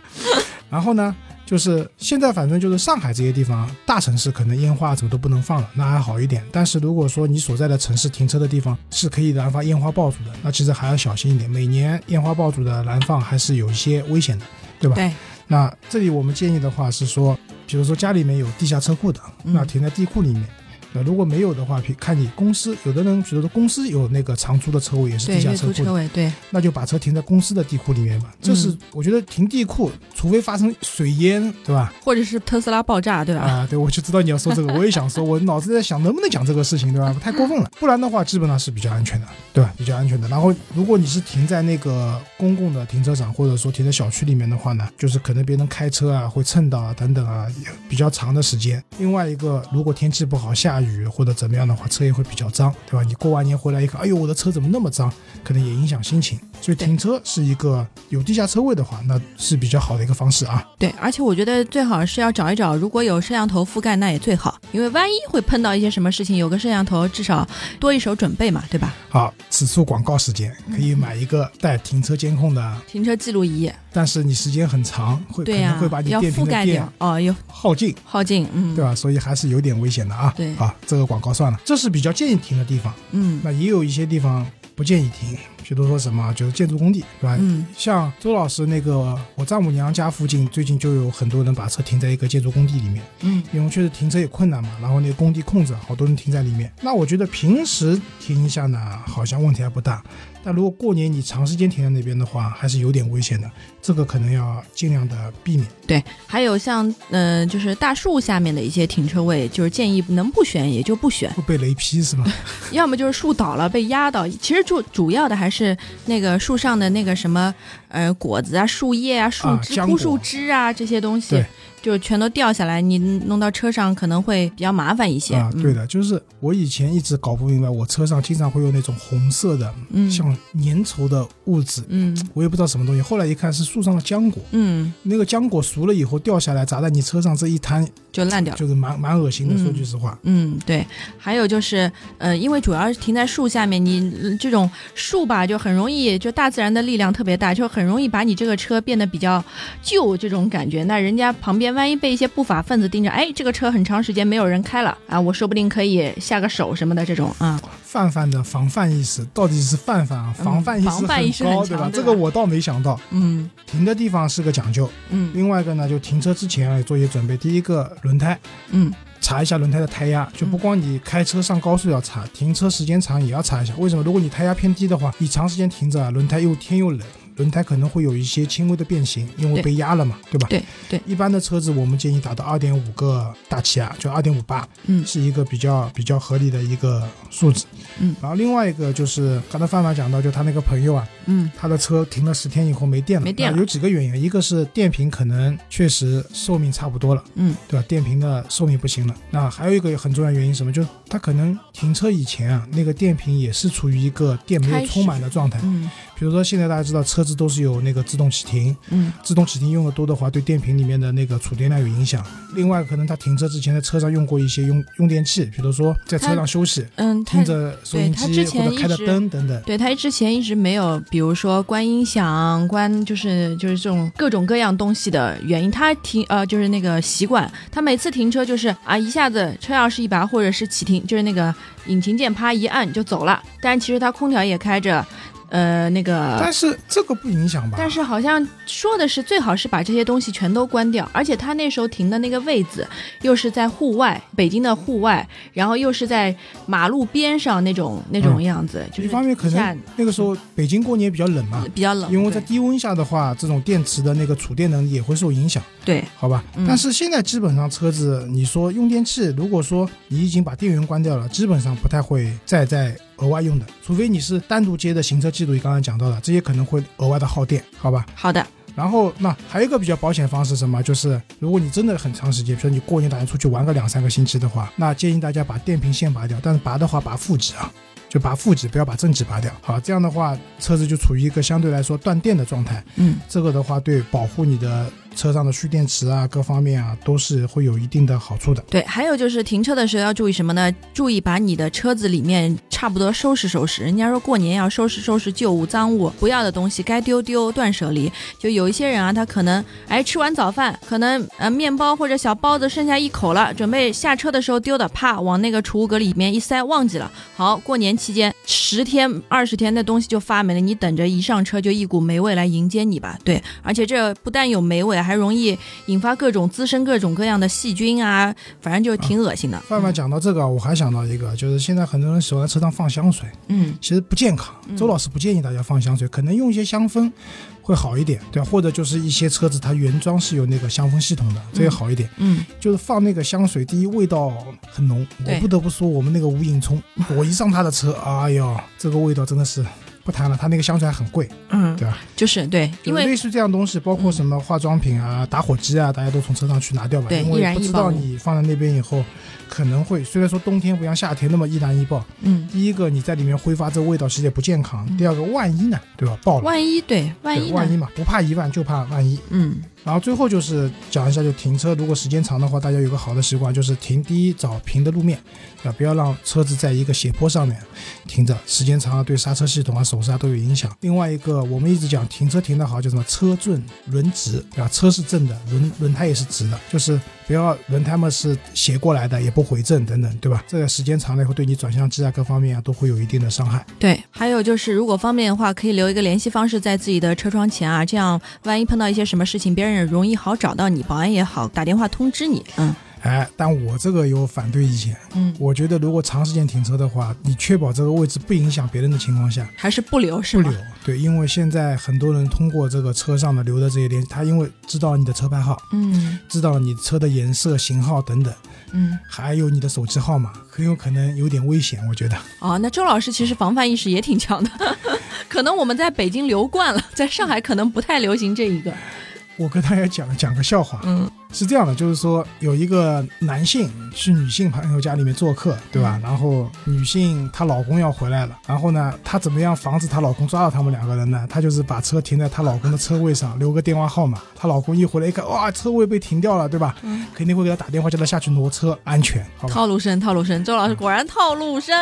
S4: 然后呢，就是现在反正就是上海这些地方，大城市可能烟花什么都不能放了，那还好一点。但是如果说你所在的城市停车的地方是可以燃放烟花爆竹的，那其实还要小心一点。每年烟花爆竹的燃放还是有一些危险的，对吧？
S5: 对，
S4: 那这里我们建议的话是说，比如说家里面有地下车库的，
S5: 嗯
S4: 那停在地库里面。那如果没有的话，比看你公司，有的人比如说公司有那个长租的车位，也是
S5: 对，
S4: 地下
S5: 月
S4: 车
S5: 租
S4: 库的
S5: 车，嗯位，对，
S4: 那就把车停在公司的地库里面吧。这是我觉得停地库，除非发生水淹，对吧？
S5: 或者是特斯拉爆炸，对吧？
S4: 啊，对，我就知道你要说这个，我也想说，我脑子在想能不能讲这个事情，对吧？太过分了，不然的话基本上是比较安全的，对吧？比较安全的。然后如果你是停在那个公共的停车场，或者说停在小区里面的话呢，就是可能别人开车啊会蹭到啊等等啊，也比较长的时间。另外一个，如果天气不好，下雨或者怎么样的话，车也会比较脏，对吧？你过完年回来一看，哎呦，我的车怎么那么脏？可能也影响心情。所以
S5: 对
S4: 停车是一个有地下车位的话，那是比较好的一个方式啊。
S5: 对，而且我觉得最好是要找一找，如果有摄像头覆盖，那也最好，因为万一会碰到一些什么事情，有个摄像头至少多一手准备嘛，对吧？
S4: 好，啊此处广告时间，可以买一个带停车监控的，
S5: 停车记录仪，
S4: 但是你时间很长，会可
S5: 对呀、
S4: 能会把你
S5: 要
S4: 电瓶
S5: 覆
S4: 的
S5: 盖
S4: 电
S5: 掉哦，要
S4: 耗尽，
S5: 耗尽，嗯
S4: 对吧？所以还是有点危险的啊。
S5: 对
S4: 啊，这个广告算了，这是比较建议停的地方。
S5: 嗯
S4: 那也有一些地方不建议停，比如说什么，就是建筑工地，对吧？
S5: 嗯
S4: 像周老师那个，我丈母娘家附近最近就有很多人把车停在一个建筑工地里面，
S5: 嗯，
S4: 因为确实停车也困难嘛，然后那个工地空着，好多人停在里面。那我觉得平时停一下呢，好像问题还不大，但如果过年你长时间停在那边的话，还是有点危险的，这个可能要尽量的避免。
S5: 对。还有像嗯、呃就是大树下面的一些停车位，就是建议能不选也就不选，
S4: 会被雷劈是吧？
S5: 要么就是树倒了被压到，其实主主要的还是那个树上的那个什么，呃，果子啊、树叶啊、树
S4: 啊
S5: 枝、
S4: 浆
S5: 枯
S4: 果
S5: 树枝啊这些东西
S4: 对，
S5: 就是全都掉下来，你弄到车上可能会比较麻烦一些。
S4: 啊，
S5: 嗯
S4: 对的，就是我以前一直搞不明白，我车上经常会有那种红色的，
S5: 嗯
S4: 像粘稠的物质，
S5: 嗯
S4: 我也不知道什么东西。后来一看是树上的浆果，
S5: 嗯，
S4: 那个浆果熟了以后掉下来砸在你车上这一摊，
S5: 就烂掉了。
S4: 就是蛮蛮恶心的。
S5: 啊嗯
S4: 说句实话，
S5: 嗯，对，还有就是，呃，因为主要是停在树下面，你嗯这种树吧，就很容易，就大自然的力量特别大，就很容易把你这个车变得比较旧这种感觉。那人家旁边万一被一些不法分子盯着，哎，这个车很长时间没有人开了啊，我说不定可以下个手什么的这种啊。
S4: 范范的防范意识到底是范范啊，
S5: 嗯
S4: 防范意识
S5: 防范意识很
S4: 高，
S5: 强
S4: 吧？
S5: 对吧
S4: 这个我倒没想到，
S5: 嗯
S4: 停的地方是个讲究。
S5: 嗯
S4: 另外一个呢，就停车之前啊做一些准备。第一个，轮胎
S5: 嗯
S4: 查一下轮胎的胎压，就不光你开车上高速要查，停车时间长也要查一下。为什么？如果你胎压偏低的话，你长时间停着啊，轮胎又天又冷，轮胎可能会有一些轻微的变形，因为
S5: 对
S4: 被压了嘛，对吧？
S5: 对对，
S4: 一般的车子我们建议达到二点五个大气压，就二点五八，
S5: 嗯
S4: 是一个比较比较合理的一个数字。
S5: 嗯
S4: 然后另外一个就是刚才范范讲到，就他那个朋友啊，
S5: 嗯
S4: 他的车停了十天以后没电了，
S5: 没电了
S4: 那有几个原因，一个是电瓶可能确实寿命差不多了，
S5: 嗯，
S4: 对吧？电瓶的寿命不行了。那还有一个很重要原因是什么，就是它可能停车以前啊，那个电瓶也是处于一个电没
S5: 开
S4: 有
S5: 始
S4: 充满的状态。
S5: 嗯
S4: 比如说现在大家知道车子都是有那个自动启停，
S5: 嗯
S4: 自动启停用的多的话，对电瓶里面的那个储电量有影响。另外，可能他停车之前在车上用过一些用用电器，比如说在车
S5: 他
S4: 上休息，
S5: 嗯，他
S4: 听着收音
S5: 对他之
S4: 机
S5: 前
S4: 或者开着
S5: 一直
S4: 灯等等。
S5: 对他之前一直没有，比如说关音响、关就是就是这种各种各样东西的原因，他停呃就是那个习惯，他每次停车就是啊一下子车钥匙一拔，或者是启停，就是那个引擎键啪一按就走了。但其实他空调也开着，呃那个
S4: 但，是这个不影响吧？
S5: 但是好像说的是最好是把这些东西全都关掉，而且他那时候停的那个位置又是在户外，北京的户外，然后又是在马路边上那种那种
S4: 嗯
S5: 样子，就是
S4: 一方面可
S5: 下
S4: 能那个时候北京过年比较冷嘛，
S5: 比较冷，
S4: 啊因为在
S5: 对
S4: 低温下的话，这种电池的那个储电能也会受影响，
S5: 对，
S4: 好吧？
S5: 嗯
S4: 但是现在基本上车子，你说用电器，如果说你已经把电源关掉了，基本上不太会再再额外用的，除非你是单独接的行车记录仪，刚才讲到了，这些可能会额外的耗电，好吧？
S5: 好的，
S4: 然后那还有一个比较保险方式是什么？就是如果你真的很长时间，比如说你过年打算出去玩个两三个星期的话，那建议大家把电瓶先拔掉，但是拔的话拔负极啊。就拔负极，不要把正极拔掉。好，这样的话，车子就处于一个相对来说断电的状态。
S5: 嗯
S4: 这个的话，对保护你的车上的蓄电池啊，各方面啊，都是会有一定的好处的。
S5: 对，还有就是停车的时候要注意什么呢？注意把你的车子里面差不多收拾收拾。人家说过年要收拾收拾旧物、脏物，不要的东西该丢丢，断舍离。就有一些人啊，他可能哎吃完早饭，可能呃面包或者小包子剩下一口了，准备下车的时候丢的，啪往那个储物格里面一塞，忘记了。好，过年期间十天、二十天那东西就发霉了，你等着一上车就一股霉味来迎接你吧。对，而且这不但有霉味，还容易引发各种滋生各种各样的细菌啊，反正就挺恶心的。
S4: 范范讲到这个啊，我还想到一个，就是现在很多人喜欢车上放香水，
S5: 嗯
S4: 其实不健康。周老师不建议大家放香水，可能用一些香氛会好一点，对吧，或者就是一些车子它原装是有那个香氛系统的，这个好一点。
S5: 嗯，
S4: 就是放那个香水，第一味道很浓，
S5: 对
S4: 我不得不说我们那个吴颖聪，我一上他的车，哎呦，这个味道真的是不谈了，他那个香水还很贵，
S5: 嗯，
S4: 对吧？
S5: 就是对，
S4: 就
S5: 因为
S4: 类似这样东西，包括什么化妆品啊、打火机啊，大家都从车上去拿掉吧，
S5: 对
S4: 因
S5: 易
S4: 为
S5: 燃
S4: 不
S5: 易
S4: 知道
S5: 爆
S4: 你放在那边以后，可能会虽然说冬天不像夏天那么易燃易爆，
S5: 嗯，
S4: 第一个你在里面挥发这味道其实也不健康，第二个万一呢，对吧？爆了，
S5: 万一对，万
S4: 对
S5: 一
S4: 万一
S5: 呢？
S4: 嘛，不怕一万就怕万一。
S5: 嗯
S4: 然后最后就是讲一下，就停车，如果时间长的话，大家有个好的习惯，就是停第一找平的路面，啊，不要让车子在一个斜坡上面停着，时间长了对刹车系统啊、手刹都有影响。另外一个，我们一直讲停车停得好，就什么车正轮直，对吧？车是正的，轮轮胎也是直的，就是不要轮胎嘛是斜过来的，也不回正等等，对吧？这个时间长了以后，对你转向机啊各方面啊都会有一定的伤害。
S5: 对，还有就是，如果方便的话，可以留一个联系方式在自己的车窗前啊，这样万一碰到一些什么事情，别人也容易好找到你，保安也好打电话通知你。嗯
S4: 哎，但我这个有反对意见，
S5: 嗯，
S4: 我觉得如果长时间停车的话，你确保这个位置不影响别人的情况下，
S5: 还是不留是
S4: 不
S5: 吗
S4: 留？。对，因为现在很多人通过这个车上的留的这些联，他因为知道你的车牌号，
S5: 嗯
S4: 知道你车的颜色、型号等等，
S5: 嗯，
S4: 还有你的手机号码，很有可能有点危险。我觉得，
S5: 哦，那周老师其实防范意识也挺强的， 可能我们在北
S4: 哦
S5: 京留惯了，在上海可能不太流行这一个。
S4: 我跟大家讲讲个笑话。
S5: 嗯，
S4: 是这样的，就是说有一个男性去女性朋友家里面做客，对
S5: 嗯
S4: 吧？然后女性她老公要回来了，然后呢，她怎么样防止她老公抓到他们两个人呢？她就是把车停在她老公的车位 上，留个电话号码。她老公一回来一看，哇，车位被停掉了，对吧？
S5: 嗯
S4: 肯定会给她打电话，叫她下去挪车，安全，好吧？
S5: 套路深，套路深，周老师果然套路深。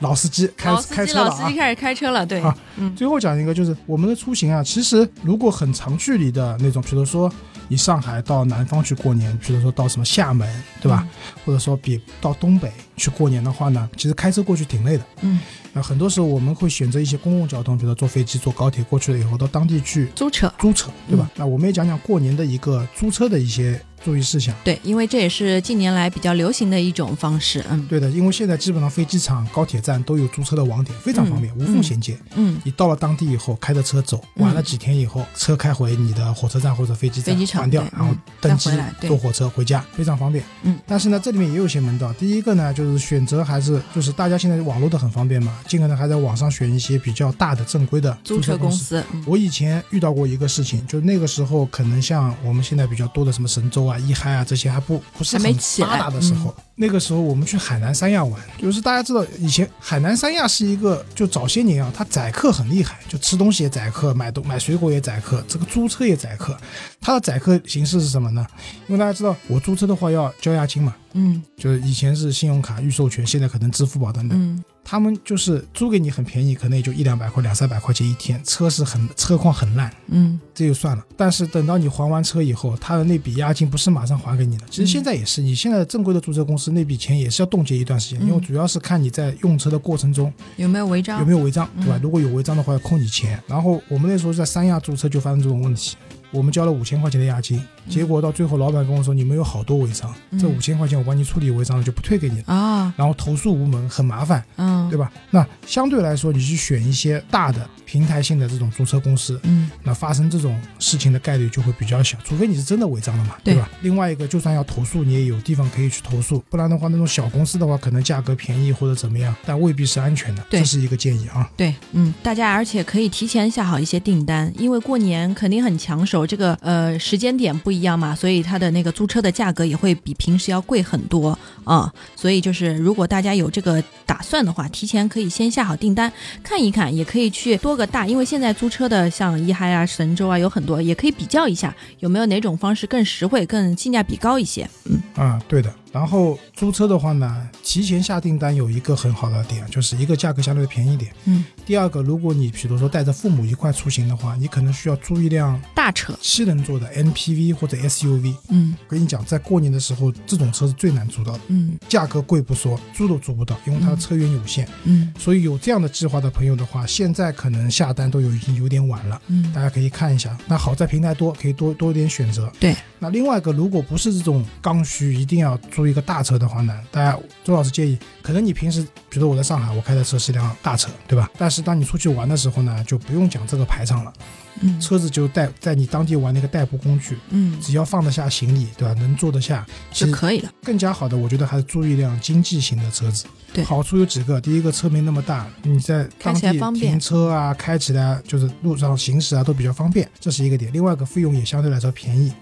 S4: 老司机开
S5: 老司
S4: 开
S5: 机，
S4: 车了
S5: 老
S4: 啊！
S5: 司机开始开车了，对，嗯
S4: 啊最后讲一个，就是我们的出行啊，其实如果很长距离的那种，比如说以上海到南方去过年，比如说到什么厦门，对
S5: 嗯
S4: 吧？或者说比到东北去过年的话呢，其实开车过去挺累的。
S5: 嗯，
S4: 那很多时候我们会选择一些公共交通，比如说坐飞机、坐高铁过去了以后，到当地去
S5: 租车。
S4: 租车，对
S5: 嗯
S4: 吧？那我们也讲讲过年的一个租车的一些注意事项。
S5: 对，因为这也是近年来比较流行的一种方式。嗯
S4: 对的，因为现在基本上飞机场、高铁站都有租车的网点，非常方便，
S5: 嗯
S4: 无缝衔接。
S5: 嗯，
S4: 你到了当地以后，开着车走，
S5: 嗯
S4: 玩了几天以后，车开回你的火车站或者飞机站，
S5: 飞机场
S4: 关掉，
S5: 对
S4: 然后
S5: 嗯
S4: 登机
S5: 再回来对
S4: 坐火车回家，非常方便。
S5: 嗯，
S4: 但是呢，这里面也有些门道。第一个呢，就是选择还是就是大家现在网络的很方便嘛，尽可能还在网上选一些比较大的正规的
S5: 租
S4: 车
S5: 车公
S4: 司。
S5: 司，嗯
S4: 我以前遇到过一个事情，就那个时候可能像我们现在比较多的什么神州啊、一嗨啊这些还不不是
S5: 还没
S4: 很
S5: 起来嗯
S4: 发达的时候，那个时候我们去海南三亚玩，就是大家知道以前海南三亚是一个就早些年啊，它宰客很厉害，就吃东西也宰客，买东买水果也宰客，这个租车也宰客。它的宰客形式是什么呢？因为大家知道我租车的话要交押金嘛，
S5: 嗯
S4: 就是以前是信用卡预授权，现在可能支付宝等等。
S5: 嗯
S4: 他们就是租给你很便宜，可能也就一两百块、两三百块钱一天，车是很车况很烂，
S5: 嗯，
S4: 这就算了。但是等到你还完车以后，他的那笔押金不是马上还给你的，其实现在也是，你现在正规的租车公司那笔钱也是要冻结一段时间，因为主要是看你在用车的过程中
S5: 有没有违章？
S4: 有没有违章，对吧
S5: 嗯？
S4: 如果有违章的话，要扣你钱。然后我们那时候在三亚租车就发生这种问题。我们交了五千块钱的押金，
S5: 嗯
S4: 结果到最后老板跟我说你们有好多违章，这五千块钱我帮你处理违章了就不退给你了，
S5: 啊？
S4: 然后投诉无门，很麻烦。
S5: 嗯，
S4: 对吧？那相对来说，你去选一些大的平台性的这种租车公司，
S5: 嗯
S4: 那发生这种事情的概率就会比较小，除非你是真的违章了嘛，
S5: 对
S4: 对吧？另外一个，就算要投诉，你也有地方可以去投诉，不然的话，那种小公司的话，可能价格便宜或者怎么样，但未必是安全的，
S5: 对
S4: 这是一个建议啊。
S5: 对，嗯，大家而且可以提前下好一些订单，因为过年肯定很抢手，这个呃时间点不一样嘛，所以它的那个租车的价格也会比平时要贵很多啊、所以就是如果大家有这个打算的话，提前可以先下好订单看一看，也可以去多个大，因为现在租车的像一嗨啊、神州啊有很多，也可以比较一下有没有哪种方式更实惠、更性价比高一些。嗯
S4: 啊、对的。然后租车的话呢，提前下订单有一个很好的点，就是一个价格相对便宜一点。
S5: 嗯，
S4: 第二个，如果你比如说带着父母一块出行的话，你可能需要租一辆
S5: 大车，
S4: 七人座的 MPV 或者 SUV。
S5: 嗯
S4: 跟你讲，在过年的时候，这种车是最难租到的，
S5: 嗯
S4: 价格贵不说，租都租不到，因为它的车源有限。
S5: 嗯
S4: 所以有这样的计划的朋友的话，现在可能下单都有已经有点晚了。
S5: 嗯，
S4: 大家可以看一下，那好在平台多，可以多多一点选择。
S5: 对，
S4: 那另外一个，如果不是这种刚需，一定要租一个大车的话呢，大家周老师建议，可能你平时，比如说我在上海，我开的车是一辆大车，对吧？但是当你出去玩的时候呢，就不用讲这个排场了，
S5: 嗯
S4: 车子就带在你当地玩的一个代步工具，
S5: 嗯
S4: 只要放得下行李，对吧？能坐得下，其
S5: 是
S4: 实
S5: 可以的。
S4: 更加好的，我觉得还是租一辆经济型的车子。
S5: 对
S4: 好处有几个：第一个，车没那么大，你在当
S5: 开起来
S4: 地
S5: 方便
S4: 停车啊、开起来就是路上行驶啊都比较方便，这是一个点。另外一个，费用也相对来说便宜。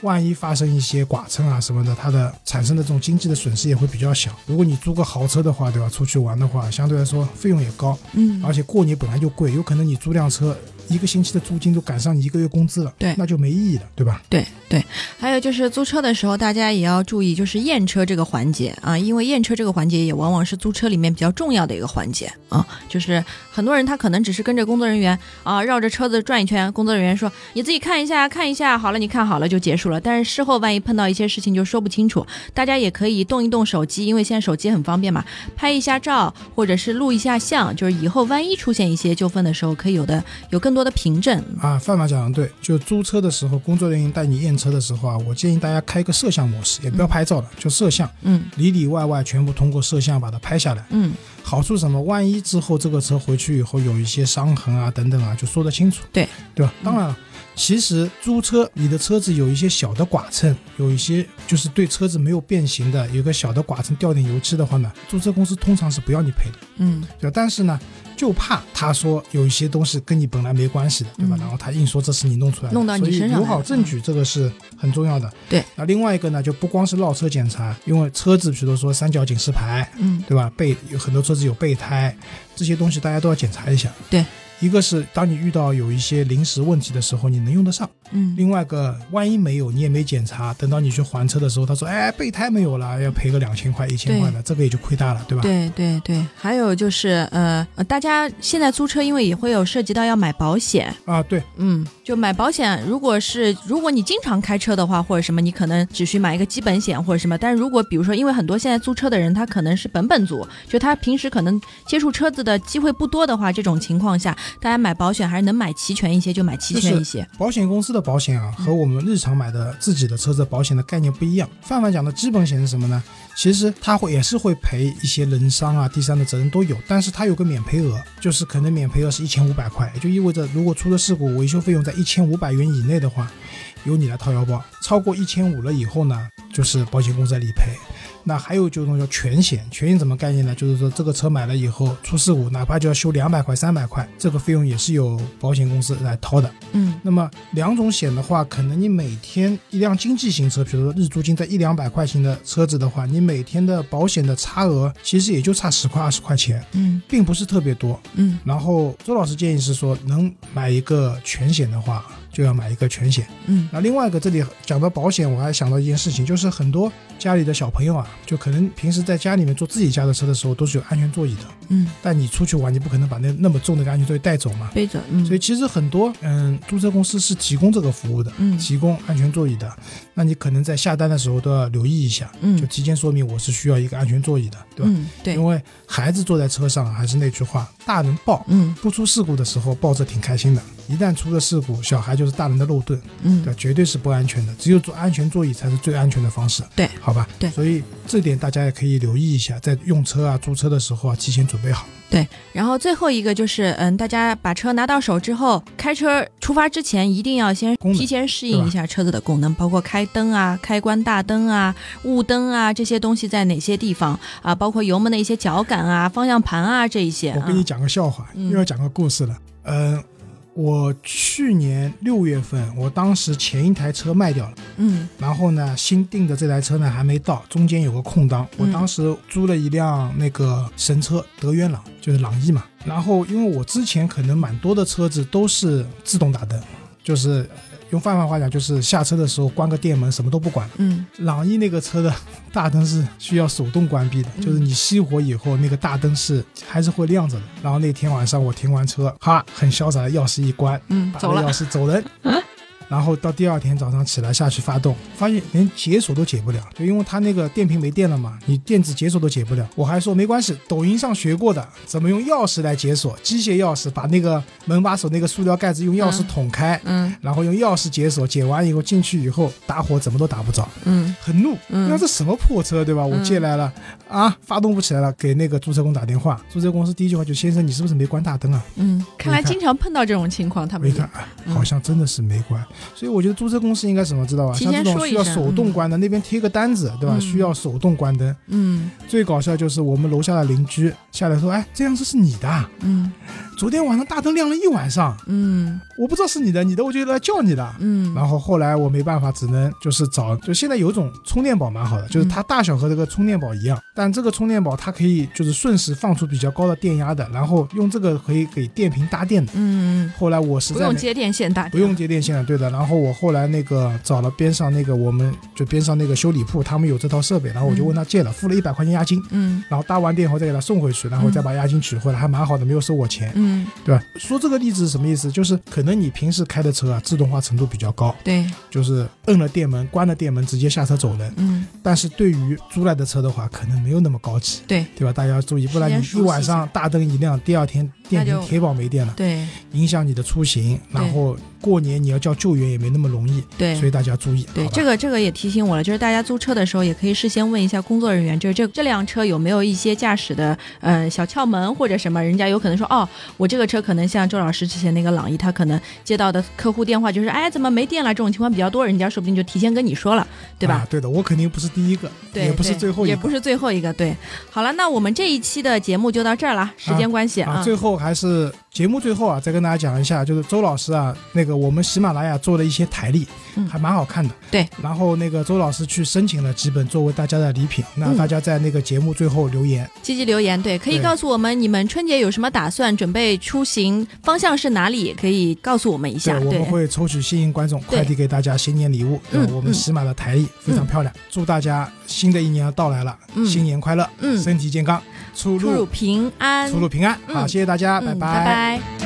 S4: 万一发生一些剐蹭啊什么的，它的产生的这种经济的损失也会比较小。如果你租个豪车的话，对吧？出去玩的话，相对来说费用也高，
S5: 嗯
S4: 而且过年本来就贵，有可能你租辆车，一个星期的租金都赶上你一个月工资了，
S5: 对
S4: 那就没意义了，对吧？
S5: 对对，还有就是租车的时候，大家也要注意，就是验车这个环节啊，因为验车这个环节也往往是租车里面比较重要的一个环节啊。就是很多人他可能只是跟着工作人员啊绕着车子转一圈，工作人员说你自己看一下看一下，好了你看好了就结束了。但是事后万一碰到一些事情就说不清楚，大家也可以动一动手机，因为现在手机很方便嘛，拍一下照或者是录一下像，就是以后万一出现一些纠纷的时候，可以有的有更多的凭证。
S4: 啊，范马讲的对，就租车的时候，工作人员带你验车的时候啊，我建议大家开一个摄像模式，也不要拍照了，就摄像，
S5: 嗯
S4: 里里外外全部通过摄像把它拍下来。
S5: 嗯，
S4: 好处是什么？万一之后这个车回去以后有一些伤痕啊等等啊，就说得清楚。
S5: 对，
S4: 对吧？当然了，其实租车你的车子有一些小的剐蹭，有一些就是对车子没有变形的，有个小的剐蹭掉点油漆的话呢，租车公司通常是不要你赔的。
S5: 嗯
S4: 对吧，但是呢，就怕他说有一些东西跟你本来没关系的，对吧？
S5: 嗯
S4: 然后他硬说这是你弄出来的，
S5: 弄到你
S4: 所
S5: 身上
S4: 以
S5: 来
S4: 有好
S5: 了嗯
S4: 证据这个是很重要的。
S5: 对，
S4: 那另外一个呢，就不光是绕车检查，因为车子比如说三角警示牌，
S5: 嗯，
S4: 对吧？备有很多车子有备胎，这些东西大家都要检查一下。
S5: 对。
S4: 一个是当你遇到有一些临时问题的时候，你能用得上；
S5: 嗯
S4: 另外一个，万一没有，你也没检查，等到你去还车的时候，他说：“哎，备胎没有了，要赔个两千块、一千块的，这个也就亏大了，对吧？”
S5: 对对对，还有就是呃呃，大家现在租车，因为也会有涉及到要买保险，
S4: 啊，对，
S5: 嗯，就买保险，如果是如果你经常开车的话，或者什么，你可能只需买一个基本险或者什么。但是如果比如说，因为很多现在租车的人，他可能是本本族，就他平时可能接触车子的机会不多的话，这种情况下，大家买保险还是能买齐全一些，就买齐全一些。嗯
S4: 保险公司的保险啊，和我们日常买的自己的车子的保险的概念不一样。范范讲的基本险是什么呢？其实它会也是会赔一些人伤啊、第三的责任都有，但是它有个免赔额，就是可能免赔额是一千五百块，也就意味着如果出了事故，维修费用在一千五百元以内的话，由你来掏腰包。超过一千五了以后呢，就是保险公司来理赔。那还有就是那种叫全险，全险怎么概念呢？就是说这个车买了以后出事故，哪怕就要修两百块、三百块，这个费用也是由保险公司来掏的。
S5: 嗯
S4: 那么两种险的话，可能你每天一辆经济型车，比如说日租金在一两百块钱的车子的话，你每天的保险的差额其实也就差十块二十块钱，
S5: 嗯
S4: 并不是特别多。
S5: 嗯
S4: 然后周老师建议是说，能买一个全险的话，就要买一个全险。
S5: 嗯
S4: 那另外一个，这里讲到保险，我还想到一件事情，就是很多家里的小朋友啊，就可能平时在家里面坐自己家的车的时候都是有安全座椅的，
S5: 嗯，
S4: 但你出去玩，你不可能把那那么重的一个安全座椅带走嘛。
S5: 背着嗯
S4: 所以其实很多嗯，租车公司是提供这个服务的，
S5: 嗯
S4: 提供安全座椅的。那你可能在下单的时候都要留意一下，
S5: 嗯
S4: 就提前说明我是需要一个安全座椅的，对吧？
S5: 嗯对
S4: 因为孩子坐在车上，还是那句话，大人抱，
S5: 嗯
S4: 不出事故的时候抱着挺开心的，一旦出了事故，小孩就是大人的肉盾，
S5: 嗯
S4: 对吧，绝对是不安全的。只有坐安全座椅才是最安全的方式，
S5: 对
S4: 好吧？
S5: 对
S4: 所以这点大家也可以留意一下，在用车啊、租车的时候啊，提前准备好。
S5: 对，然后最后一个就是，嗯，大家把车拿到手之后，开车出发之前一定要先
S4: 功能
S5: 提前适应一下车子的功能，包括开灯啊、开关大灯啊、雾灯啊这些东西在哪些地方啊，包括油门的一些脚感啊、方向盘啊这一些
S4: 我
S5: 啊
S4: 跟。你讲个笑话，
S5: 嗯
S4: 又要讲个故事了。嗯、我去年六月份，我当时前一台车卖掉了，
S5: 嗯
S4: 然后呢，新订的这台车呢还没到，中间有个空档，我
S5: 嗯
S4: 当时租了一辆那个神车德源朗，就是朗逸嘛。然后因为我之前可能蛮多的车子都是自动打灯，就是呃用泛泛话讲，就是下车的时候关个电门，什么都不管。
S5: 嗯
S4: 朗逸那个车的大灯是需要手动关闭的，
S5: 嗯
S4: 就是你熄火以后，那个大灯是还是会亮着的。然后那天晚上我停完车，哈，很潇洒的钥匙一关，
S5: 嗯
S4: 把，
S5: 走了
S4: 钥。匙走 人。然后到第二天早上起来下去发动，发现连解锁都解不了，就因为它那个电瓶没电了嘛，你电子解锁都解不了。我还说没关系，抖音上学过的，怎么用钥匙来解锁，机械钥匙，把那个门把手那个塑料盖子用钥匙
S5: 嗯
S4: 捅开，
S5: 嗯
S4: 然后用钥匙解锁，解完以后进去以后打火怎么都打不着。
S5: 嗯
S4: 很怒，
S5: 嗯
S4: 那这什么破车对吧？我借来了、啊，发动不起来了，给那个租车公打电话，租车公司第一句话就先生，你是不是没关大灯啊？
S5: 嗯，看来
S4: 看
S5: 经常碰到这种情况，他
S4: 我
S5: 们
S4: 一
S5: 也
S4: 看，啊，
S5: 嗯
S4: 好像真的是没关，所以我觉得租车公司应该怎么知道啊？
S5: 提
S4: 像
S5: 前
S4: 这种
S5: 说一
S4: 需要
S5: 声
S4: 手动
S5: 嗯
S4: 关的，那边贴个单子对吧？
S5: 嗯
S4: 需要手动关灯。
S5: 嗯
S4: 最搞笑就是我们楼下的邻居下来说，哎，这辆车是你的啊，
S5: 嗯
S4: 昨天晚上大灯亮了一晚上，
S5: 嗯
S4: 我不知道是你的，你的我就来叫你的。
S5: 嗯
S4: 然后后来我没办法，只能就是找，就现在有一种充电宝蛮好的，就是它大小和这个充电宝一样，但这个充电宝它可以就是瞬时放出比较高的电压的，然后用这个可以给电瓶搭电的。
S5: 嗯，
S4: 后来我实
S5: 不
S4: 在
S5: 用
S4: 没
S5: 接电线打，
S4: 不用接电线了，对的。然后我后来那个找了边上那个我们就边上那个修理铺，他们有这套设备，然后我就问他借了，付了一百块钱押金。
S5: 嗯
S4: 然后搭完电以后再给他送回去，然后再把押金取回来，还蛮好的，没有收我钱，
S5: 嗯
S4: 对吧？说这个例子是什么意思？就是可能你平时开的车啊，自动化程度比较高，
S5: 对
S4: 就是摁了电门，关了电门，直接下车走人。
S5: 嗯
S4: 但是对于租来的车的话，可能没有那么高级，
S5: 对
S4: 对吧？大家要注意，不然你一晚上大灯一亮，第二天电
S5: 那
S4: 瓶
S5: 就
S4: 铁宝没电了，
S5: 对
S4: 影响你的出行，
S5: 对
S4: 然后过年你要叫救援也没那么容易，
S5: 对
S4: 所以大家注意。
S5: 对，
S4: 好吧
S5: 这个这个也提醒我了，就是大家租车的时候也可以事先问一下工作人员，就是这这辆车有没有一些驾驶的呃小窍门或者什么，人家有可能说哦，我这个车可能像周老师之前那个朗逸，他可能接到的客户电话就是哎怎么没电了这种情况比较多，人家说不定就提前跟你说了，对吧？
S4: 啊对的，我肯定不是第一个，
S5: 对，
S4: 也不是
S5: 对
S4: 最后一个，
S5: 也不是最后一个，对。好了，那我们这一期的节目就到这儿了，时间关系
S4: 啊，最后还是节目最后啊，再跟大家讲一下，就是周老师啊，那个我们喜马拉雅做的一些台历，
S5: 嗯
S4: 还蛮好看的。
S5: 对，
S4: 然后那个周老师去申请了几本作为大家的礼品，那
S5: 嗯
S4: 大家在那个节目最后留言，
S5: 积极留言，对，可以
S4: 对
S5: 告诉我们你们春节有什么打算，准备出行方向是哪里，可以告诉我们一下。
S4: 对，我们
S5: 对，
S4: 会抽取幸运观众
S5: 对
S4: 快递给大家新年礼物，
S5: 嗯
S4: 对我们喜马的台历非常漂亮，祝大家新的一年要到来了，
S5: 嗯
S4: 新年快乐，
S5: 嗯
S4: 身体健康，出
S5: 出入
S4: 入
S5: 平安，
S4: 出入平安，
S5: 嗯
S4: 好，谢谢大家，
S5: 嗯，拜拜